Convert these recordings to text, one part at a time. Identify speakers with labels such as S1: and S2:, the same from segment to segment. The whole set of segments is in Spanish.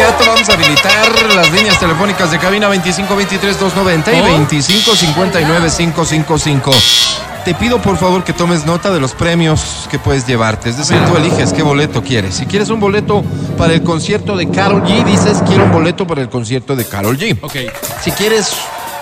S1: rato vamos a habilitar las líneas telefónicas de cabina 2523-290 y 2559-555. Te pido por favor que tomes nota de los premios que puedes llevarte. Es decir, tú eliges qué boleto quieres. Si quieres un boleto para el concierto de Carol G, dices quiero un boleto para el concierto de Carol G.
S2: Ok.
S1: Si quieres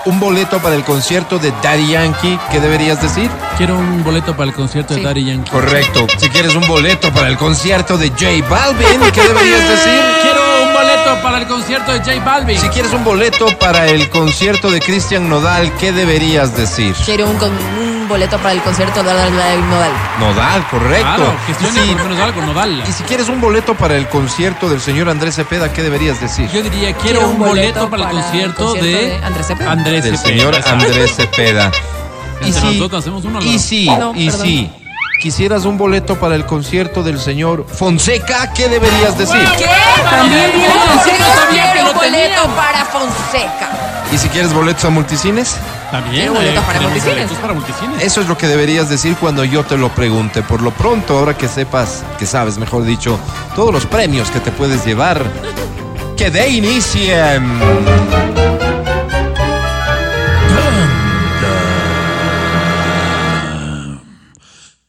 S1: un boleto para el concierto de Daddy Yankee, ¿qué deberías decir?
S2: Quiero un boleto para el concierto de Daddy Yankee.
S1: Correcto. Si quieres un boleto para el concierto de J Balvin, ¿qué deberías decir?
S2: Quiero un boleto para el concierto de J Balvin.
S1: Si quieres un boleto para el concierto de Cristian Nodal, ¿qué deberías decir?
S3: Quiero un, con- un boleto para el concierto de Nodal.
S1: Nodal, correcto.
S2: Claro, que suene
S1: Sí.
S2: por lo menos algo, no dala.
S1: Y si quieres un boleto para el concierto del señor Andrés Cepeda, ¿qué deberías decir?
S2: Yo diría, quiero, un boleto, para el concierto de,
S3: Andrés Cepeda.
S2: Andrés
S1: Del
S2: Cepeda,
S1: señor
S2: exacto.
S1: Andrés Cepeda. Y
S2: Entre
S1: si-
S2: los dos hacemos uno,
S1: y
S2: ¿no?
S1: si,
S3: No,
S1: y
S3: perdón.
S1: si quisieras un boleto para el concierto del señor Fonseca, ¿qué deberías decir?
S3: ¿Qué? Oh,
S2: También viene Fonseca, sabía que
S3: Quiero
S2: lo
S3: un boleto
S2: tenía.
S3: para Fonseca.
S1: Y si quieres boletos a multicines,
S2: También,
S3: Quiero
S2: güey,
S3: boletos para
S2: queremos
S3: multicines.
S2: boletos eh, para multicines.
S1: Eso es lo que deberías decir cuando yo te lo pregunte. Por lo pronto, ahora que sepas, que sabes, mejor dicho, todos los premios que te puedes llevar, que de inicie.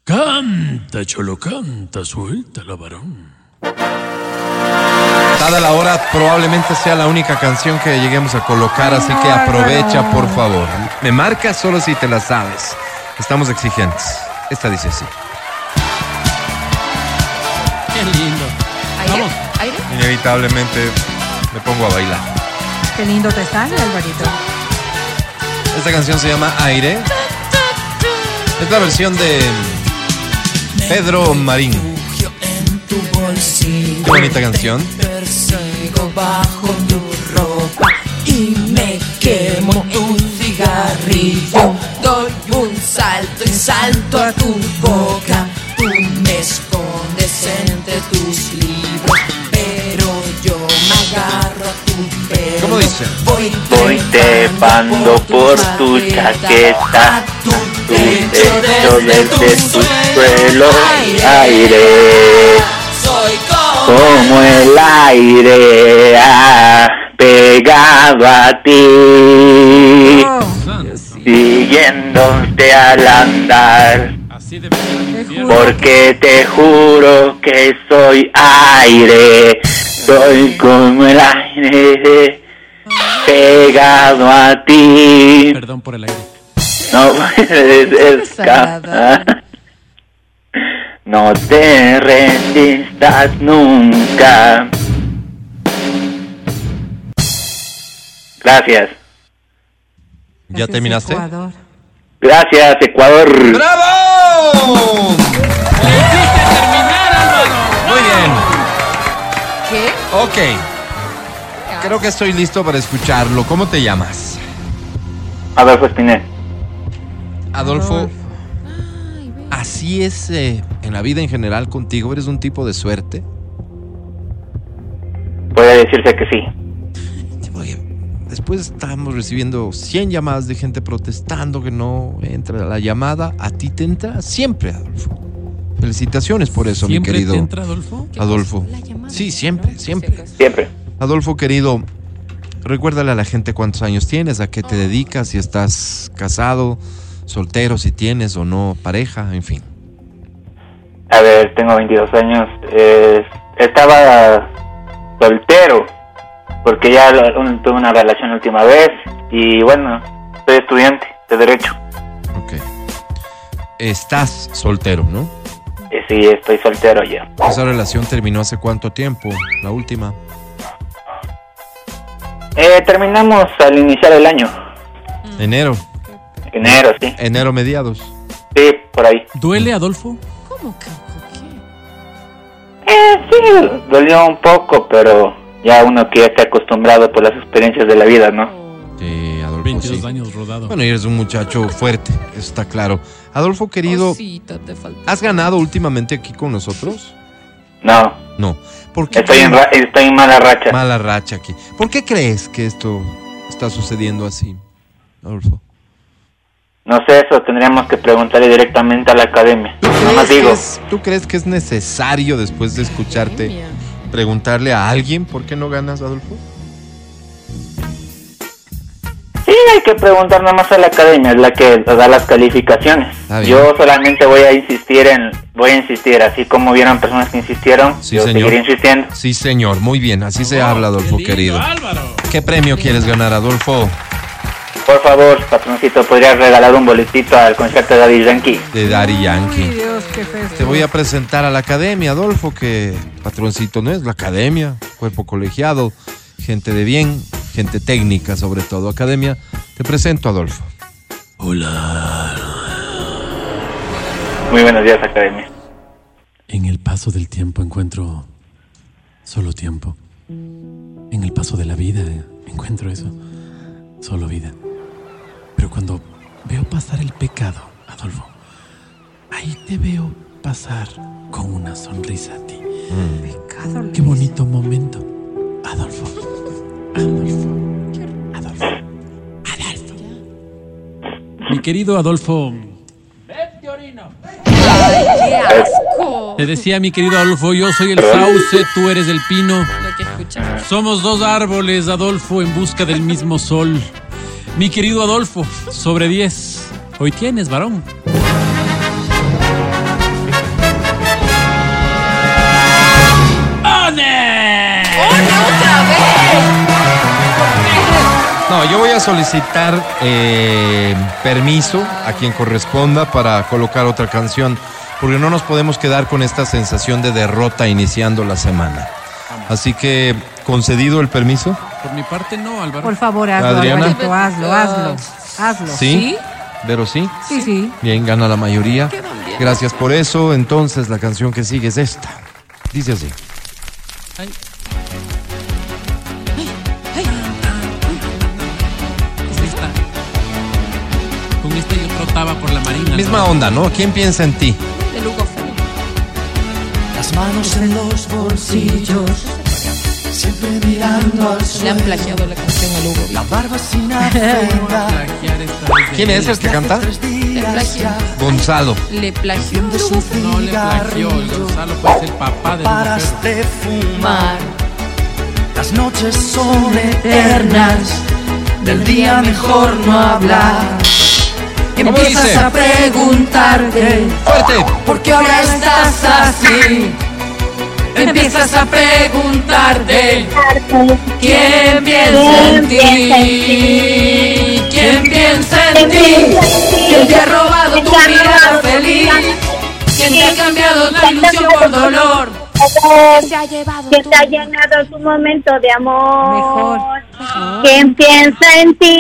S4: Canta, cholo, canta, suelta la varón.
S1: Dada la hora, probablemente sea la única canción que lleguemos a colocar, así que aprovecha, por favor. Me marcas solo si te la sabes. Estamos exigentes. Esta dice así.
S2: Qué lindo.
S3: ¿Aire?
S2: Vamos.
S3: ¿Aire?
S1: Inevitablemente me pongo a bailar.
S5: Qué lindo te sale, Alvarito.
S1: Esta canción se llama Aire. Es la versión de Pedro Marín. Qué bonita canción.
S6: Persigo bajo tu ropa y me quemo tu cigarrillo. Doy un salto y salto a tu boca. Tú me escondes entre tus libros, pero yo me agarro a tu pelo.
S1: ¿Cómo dice?
S6: Voy,
S7: Voy trepando por tu chaqueta,
S6: a tu
S7: tu
S6: techo
S7: techo
S6: desde
S7: desde
S6: tu
S7: tu
S6: suelo.
S7: suelo, aire,
S6: Soy como
S7: como el aire ah, pegado a ti,
S2: Oh.
S7: siguiéndote al andar,
S2: Así debe ser el concierto.
S7: porque te juro que soy aire, soy como el aire pegado a ti.
S2: Perdón por el aire.
S7: No puedes escapar. No te resistas nunca. Gracias.
S1: ¿Ya terminaste?
S5: Ecuador.
S7: Gracias, Ecuador.
S1: ¡Bravo!
S2: ¡Le hiciste terminar, Álvaro!
S1: Muy bien.
S3: ¿Qué?
S1: Ok. Creo que estoy listo para escucharlo. ¿Cómo te llamas?
S7: Adolfo Espinel.
S1: Adolfo. Así es eh, en la vida en general contigo. Eres un tipo de suerte.
S7: Puede decirse que sí.
S1: Oye, después estamos recibiendo 100 llamadas de gente protestando que no entra la llamada. A ti te entra siempre, Adolfo. Felicitaciones por eso, mi
S2: ¿Siempre
S1: querido
S2: te entra, Adolfo?
S1: Adolfo.
S3: La llamada,
S1: Sí, siempre,
S3: ¿no?
S1: siempre.
S7: Siempre.
S1: Adolfo, querido, recuérdale a la gente cuántos años tienes, a qué te dedicas, si estás casado, soltero, si tienes o no pareja, en fin.
S7: A ver, tengo 22 años. eh, estaba soltero porque ya lo- un- tuve una relación la última vez y bueno, soy estudiante de derecho.
S1: Ok. Estás soltero, ¿no?
S7: Eh, sí, estoy soltero ya.
S1: Esa relación terminó hace cuánto tiempo, la última.
S7: Eh, terminamos al iniciar el año.
S1: Enero,
S7: Enero, sí.
S1: enero mediados.
S7: Sí, por ahí.
S2: ¿Duele, Adolfo?
S1: Oh,
S3: ¿Cómo que? ¿Qué?
S7: Eh, sí, dolió un poco, pero ya uno que ya está acostumbrado por las experiencias de la vida, ¿no?
S1: Sí, Adolfo.
S2: 22
S1: sí.
S2: años rodado.
S1: Bueno, y eres un muchacho fuerte, eso está claro. Adolfo, querido,
S3: Cosita te faltó.
S1: ¿has ganado últimamente aquí con nosotros?
S7: No,
S1: No. ¿Por qué
S7: estoy en, ra- estoy en mala racha.
S1: mala racha aquí. ¿Por qué crees que esto está sucediendo así, Adolfo?
S7: No sé, eso tendríamos que preguntarle directamente a la academia.
S1: ¿Tú
S7: No más
S1: crees que
S7: digo.
S1: es- ¿Tú crees que es necesario después de escucharte
S3: Bohemia.
S1: preguntarle a alguien por qué no ganas, Adolfo?
S7: Sí, hay que preguntar nada más a la academia, es la que da las calificaciones.
S1: Está bien.
S7: Yo solamente voy a insistir en, voy a insistir, así como vieron personas que insistieron,
S1: Sí,
S7: yo
S1: señor.
S7: seguiré insistiendo.
S1: Sí, señor. Muy bien. Así se habla, Adolfo,
S2: Qué lindo,
S1: querido.
S2: Álvaro.
S1: ¿Qué premio quieres ganar, Adolfo?
S7: Por favor, patroncito, ¿podrías regalar un boletito al concierto de David Yankee?
S1: De Daddy
S5: Ay,
S1: Yankee.
S5: Dios, qué feo.
S1: Te voy a presentar a la academia, Adolfo, que patroncito no es, la academia, cuerpo colegiado, gente de bien, gente técnica sobre todo, academia. Te presento, Adolfo.
S7: Muy buenos días, academia.
S4: En el paso del tiempo encuentro solo tiempo. En el paso de la vida encuentro eso, solo vida. Pero cuando veo pasar el pecado, Adolfo, ahí te veo pasar con una sonrisa a ti. Qué bonito momento, Adolfo. Adolfo. Adolfo. Adolfo.
S2: Mi querido Adolfo,
S3: ¡Qué asco!
S2: te decía mi querido Adolfo, yo soy el sauce, tú eres el pino.
S3: Lo que escuchamos.
S2: Somos dos árboles, Adolfo, en busca del mismo sol. Mi querido Adolfo, sobre 10. Hoy tienes, varón. ¡One!
S3: ¡Otra vez!
S1: No, yo voy a solicitar eh, permiso a quien corresponda para colocar otra canción, porque no nos podemos quedar con esta sensación de derrota iniciando la semana. Así que, concedido el permiso.
S2: Por mi parte, no, Álvaro.
S5: Por favor, hazlo,
S1: Adriana.
S5: Alvarito, hazlo, hazlo. Hazlo.
S1: Sí. Pero sí.
S5: Sí, sí.
S1: Bien, gana la mayoría.
S3: Quedan bien.
S1: Gracias por eso. Entonces, la canción que sigue es esta. Dice así.
S2: Es esta. Con esta yo trotaba por la marina.
S1: Misma
S2: ¿no?
S1: onda, ¿no? ¿Quién piensa en ti?
S3: De Lugo Fu.
S6: Las manos en los bolsillos, siempre mirando al
S3: Le han
S6: suelo.
S3: plagiado la canción a Lugo.
S6: La barba sin afeitar.
S2: Plagiar esta vez de
S1: ¿Quién es
S2: mí.
S1: el que canta?
S6: Tres días
S3: plagió.
S6: ya
S1: Gonzalo.
S3: Le plagió a Lugo Fu.
S2: No le plagió. Gonzalo puede ser papá de mujer.
S6: paras de fumar.
S3: Mar.
S6: Las noches son eternas, del día mejor no hablar.
S1: ¿Cómo
S6: Empiezas
S1: dice?
S6: a preguntarte
S1: ¡Fuerte!
S6: por qué ahora estás así. Empiezas a preguntarte quién piensa en ti, quién piensa en ti, quién te ha robado tu mirada feliz, quién te ha cambiado la ilusión por dolor.
S8: que te ha llenado tu momento de amor.
S5: Mejor.
S8: Quien piensa en ti,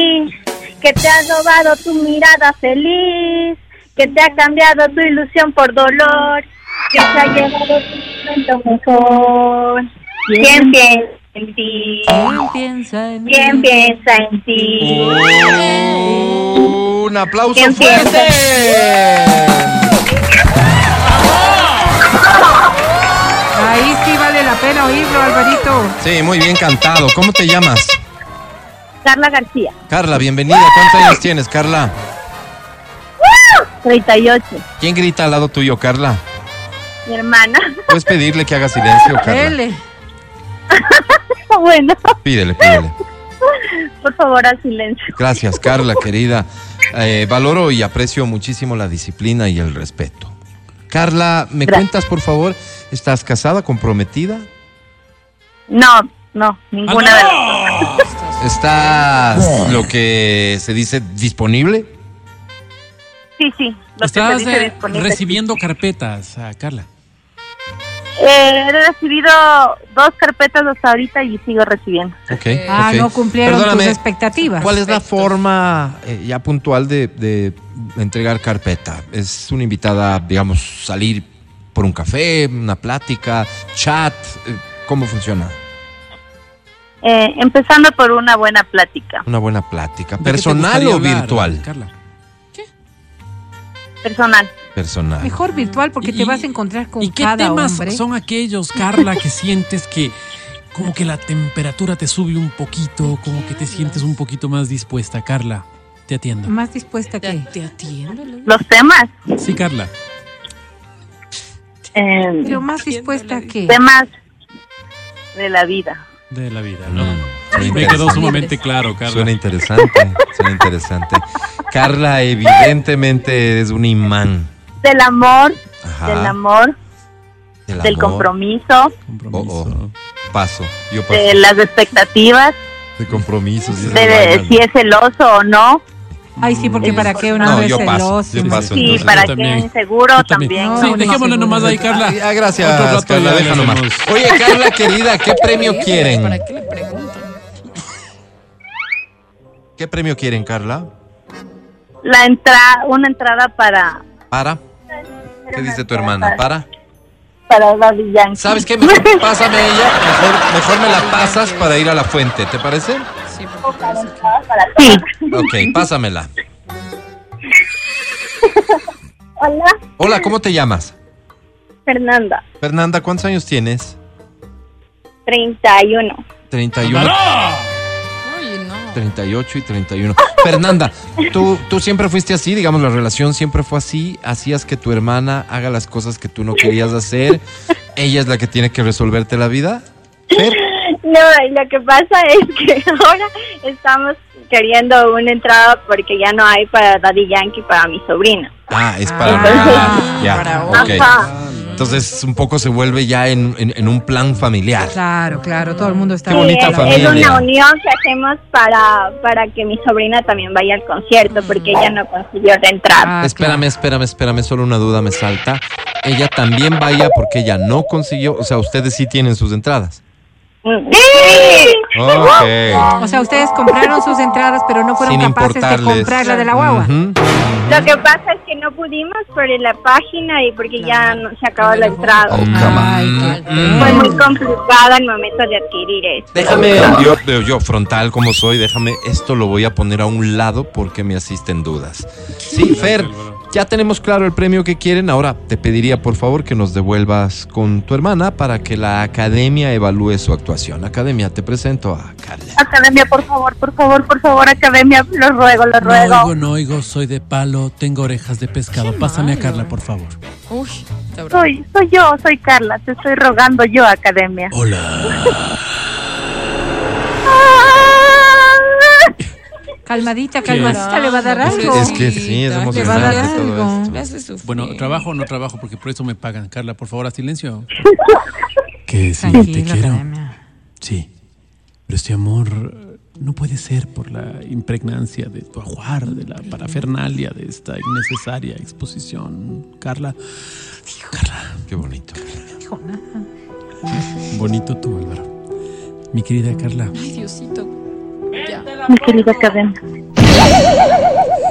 S8: que te ha robado tu mirada feliz, que te ha cambiado tu ilusión por dolor, que te ha llevado tu momento mejor. Quien piensa en ti,
S5: Piensa en
S8: quien piensa en ti.
S1: Oh. Un aplauso
S8: ¿Quién
S1: fuerte.
S5: Ahí sí vale la pena oírlo, Alvarito.
S1: Sí, muy bien cantado. ¿Cómo te llamas?
S8: Carla García,
S1: Carla, bienvenida. ¿Cuántos años tienes, Carla?
S8: 38,
S1: ¿Quién grita al lado tuyo, Carla?
S8: mi hermana.
S1: ¿Puedes pedirle que haga silencio, Carla?
S5: Dele.
S8: bueno,
S1: Pídele, pídele.
S8: por favor, al silencio.
S1: Gracias, Carla, querida. Eh, valoro y aprecio muchísimo la disciplina y el respeto. Carla, ¿me
S8: Gracias.
S1: cuentas, por favor? ¿Estás casada, comprometida?
S8: No, no,
S2: Ah,
S8: ninguna de las dos.
S1: ¿Estás lo que se dice disponible?
S8: Sí, sí, lo que
S2: Estás
S8: se dice
S2: eh,
S8: disponible.
S2: recibiendo carpetas, ah, Carla.
S8: Eh, he recibido dos carpetas hasta ahorita y sigo recibiendo.
S1: Ok.
S5: Ah,
S1: ok.
S5: no cumplieron
S1: Perdóname,
S5: tus expectativas.
S1: ¿Cuál es la
S3: Perfecto.
S1: forma eh, ya puntual de, de entregar carpeta? ¿Es una invitada, digamos, salir por un café, una plática, chat? Eh, ¿Cómo funciona?
S8: Eh, empezando por una buena plática
S1: Una buena plática.
S2: ¿De qué te
S1: ¿Personal
S2: gustaría
S1: o
S2: hablar,
S1: virtual?
S2: Carla.
S8: personal.
S1: Personal.
S5: Mejor virtual porque te
S2: ¿Y-
S5: vas a encontrar con
S2: ¿Y qué
S5: cada
S2: temas
S5: hombre.
S2: son aquellos, Carla, que sientes que como que la temperatura te sube un poquito, como que te sientes un poquito más dispuesta, Carla? Te atiendo.
S5: Más dispuesta
S3: Te,
S5: que.
S3: te atiendo, Lugo.
S8: Los temas,
S2: Sí, Carla.
S8: eh,
S5: Pero más
S3: Entiendo,
S5: dispuesta
S3: le
S5: que.
S8: temas de la vida.
S2: de la vida, ¿no?
S1: suena
S2: Me quedó
S1: interesante.
S2: sumamente claro, Carla.
S1: Suena interesante, suena interesante. Carla, evidentemente es un imán.
S8: Del amor,
S1: Ajá,
S8: del amor, del
S1: amor.
S8: compromiso,
S1: Oh, Paso, yo paso.
S8: de las expectativas,
S1: De compromisos. y esas
S8: de,
S1: vainas.
S8: si es celoso o no,
S5: Ay, sí, porque para qué uno
S1: No,
S5: es
S1: yo paso,
S5: celoso.
S1: yo paso.
S8: si
S1: entonces.
S2: yo
S8: para qué
S2: también.
S8: inseguro
S2: Yo también.
S8: también.
S5: No,
S2: Sí,
S5: uno
S2: dejémoslo
S5: seguro.
S2: nomás ahí, Carla.
S1: Ah,
S2: Otro plato
S1: gracias,
S2: de
S1: Carla,
S2: labios
S1: déjalo más.
S2: tenemos.
S1: Oye, Carla, querida, ¿qué premio quieren?
S3: ¿Para qué le preguntan?
S1: ¿Qué premio quieren, Carla?
S8: La entra, una entrada para
S1: Para. ¿Qué dice tu hermana? Para.
S8: para Daddy Yankee.
S1: ¿Sabes qué? Mejor pásame ella. Mejor, mejor me la pasas para ir a la fuente, ¿te parece?
S3: Sí, porque parece que-
S8: Para ti.
S1: Ok, pásamela.
S8: Hola,
S1: Hola, ¿cómo te llamas?
S8: Fernanda,
S1: Fernanda, ¿cuántos años tienes?
S8: 31.
S1: 31.
S3: Oye, no.
S1: 38 y 31. Fernanda, ¿tú, tú siempre fuiste así, digamos, la relación siempre fue así, hacías que tu hermana haga las cosas que tú no querías hacer, ella es la que tiene que resolverte la vida. Fer,
S8: No, y lo que pasa es que ahora estamos queriendo una entrada porque ya no hay para Daddy Yankee para mi sobrina.
S1: ah, es para...
S8: Ah,
S1: ya,
S3: para
S1: ok. Ah,
S8: Ajá.
S1: Entonces un poco se vuelve ya en, en- en un plan familiar.
S5: Claro, claro, todo el mundo está
S1: Qué bonita
S8: es,
S1: familia.
S8: es una unión que hacemos para, para que mi sobrina también vaya al concierto porque ella no consiguió la entrada.
S5: Ah,
S1: espérame, espérame, espérame, solo una duda me salta. Ella también vaya porque ella no consiguió, o sea, ustedes sí tienen sus entradas.
S8: Mm.
S1: Ok.
S5: claro. O sea, ustedes compraron sus entradas, pero no fueron
S1: Sin
S5: capaces de
S1: importarles.
S5: comprar la de la guagua.
S1: Ujú.
S8: Lo que pasa es que no pudimos por la página y porque ya no- se acabó la entrada.
S1: Oh, come
S5: Ay,
S1: on.
S5: qué-
S1: Mm.
S8: Fue muy complicado el momento de adquirir eso.
S1: Déjame, yo, yo- yo, frontal como soy, déjame, esto lo voy a poner a un lado porque me asisten dudas. Sí, Fer, ya tenemos claro el premio que quieren. Ahora te pediría por favor que nos devuelvas con tu hermana para que la academia evalúe su actuación. Academia, te presento a Carla.
S8: Academia, por favor, por favor, por favor, Academia, lo ruego, lo
S2: No
S8: ruego.
S2: oigo, no oigo, soy de palo, tengo orejas de pescado.
S3: Qué
S2: Pásame a
S3: malo.
S2: Carla, por favor.
S3: Uy, te abro.
S8: Soy, soy yo, soy Carla, te estoy rogando yo, Academia.
S2: Hola.
S5: Calmadita, calmadita,
S3: es?
S5: le va a dar
S3: Es que-
S5: algo.
S1: Es que sí, es
S3: Le va a
S5: Le va a dar
S1: emocionante todo
S5: algo.
S1: esto.
S3: Me hace sufrir.
S2: Bueno, ¿trabajo o no trabajo? Porque por eso me pagan. Carla, por favor, a silencio.
S4: Que sí, te
S5: Tranquila,
S4: quiero.
S5: academia.
S4: Sí.
S2: Pero este amor eh, no puede ser por la impregnancia de tu ajuar, de la parafernalia, de esta innecesaria exposición. Carla,
S1: Qué bonito.
S5: Dijo nada.
S2: bonito tú, Álvaro. Mi querida Carla,
S3: Ay, Diosito.
S8: Mi querida Academia.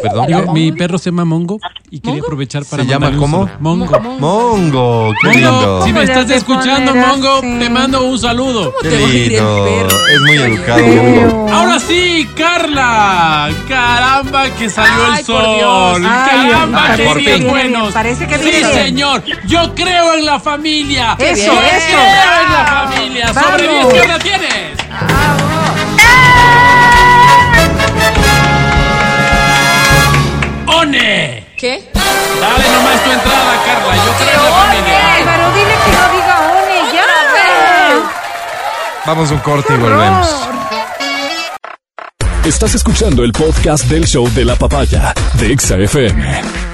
S1: Perdón.
S2: digo, mi perro se llama Mongo y quería aprovechar para.
S1: ¿Se llama
S2: mandarle un
S1: cómo?
S2: saludo. Mongo.
S1: Mongo, qué
S2: Mongo,
S1: lindo.
S2: si me
S5: ¿Cómo le has
S2: estás
S5: de
S2: escuchando,
S5: poner
S2: Mongo,
S5: así?
S2: te mando un saludo.
S1: Qué
S3: te va a ir el
S1: lindo.
S3: perro?
S1: Es muy educado, Mongo.
S5: Pero-
S2: Ahora sí, Carla. Caramba, que salió
S3: Ay,
S2: el
S3: por
S2: sol.
S3: Dios.
S5: Ay,
S2: Caramba,
S1: ay,
S2: que
S1: por
S2: días
S1: fin.
S2: buenos.
S5: Parece que
S2: sí,
S5: viene.
S2: señor. Yo creo en la familia.
S5: Qué
S2: Yo
S5: bien.
S2: creo en la familia.
S5: Vamos.
S2: Sobrevive ¿qué hora tienes. ¡One!
S3: ¿Qué?
S2: Dale nomás tu entrada, Carla. Yo creo en la familia.
S5: Álvaro, dile que no diga une ya.
S1: Vamos a un corte y volvemos.
S9: Estás escuchando el podcast del show de la papaya de Exa FM.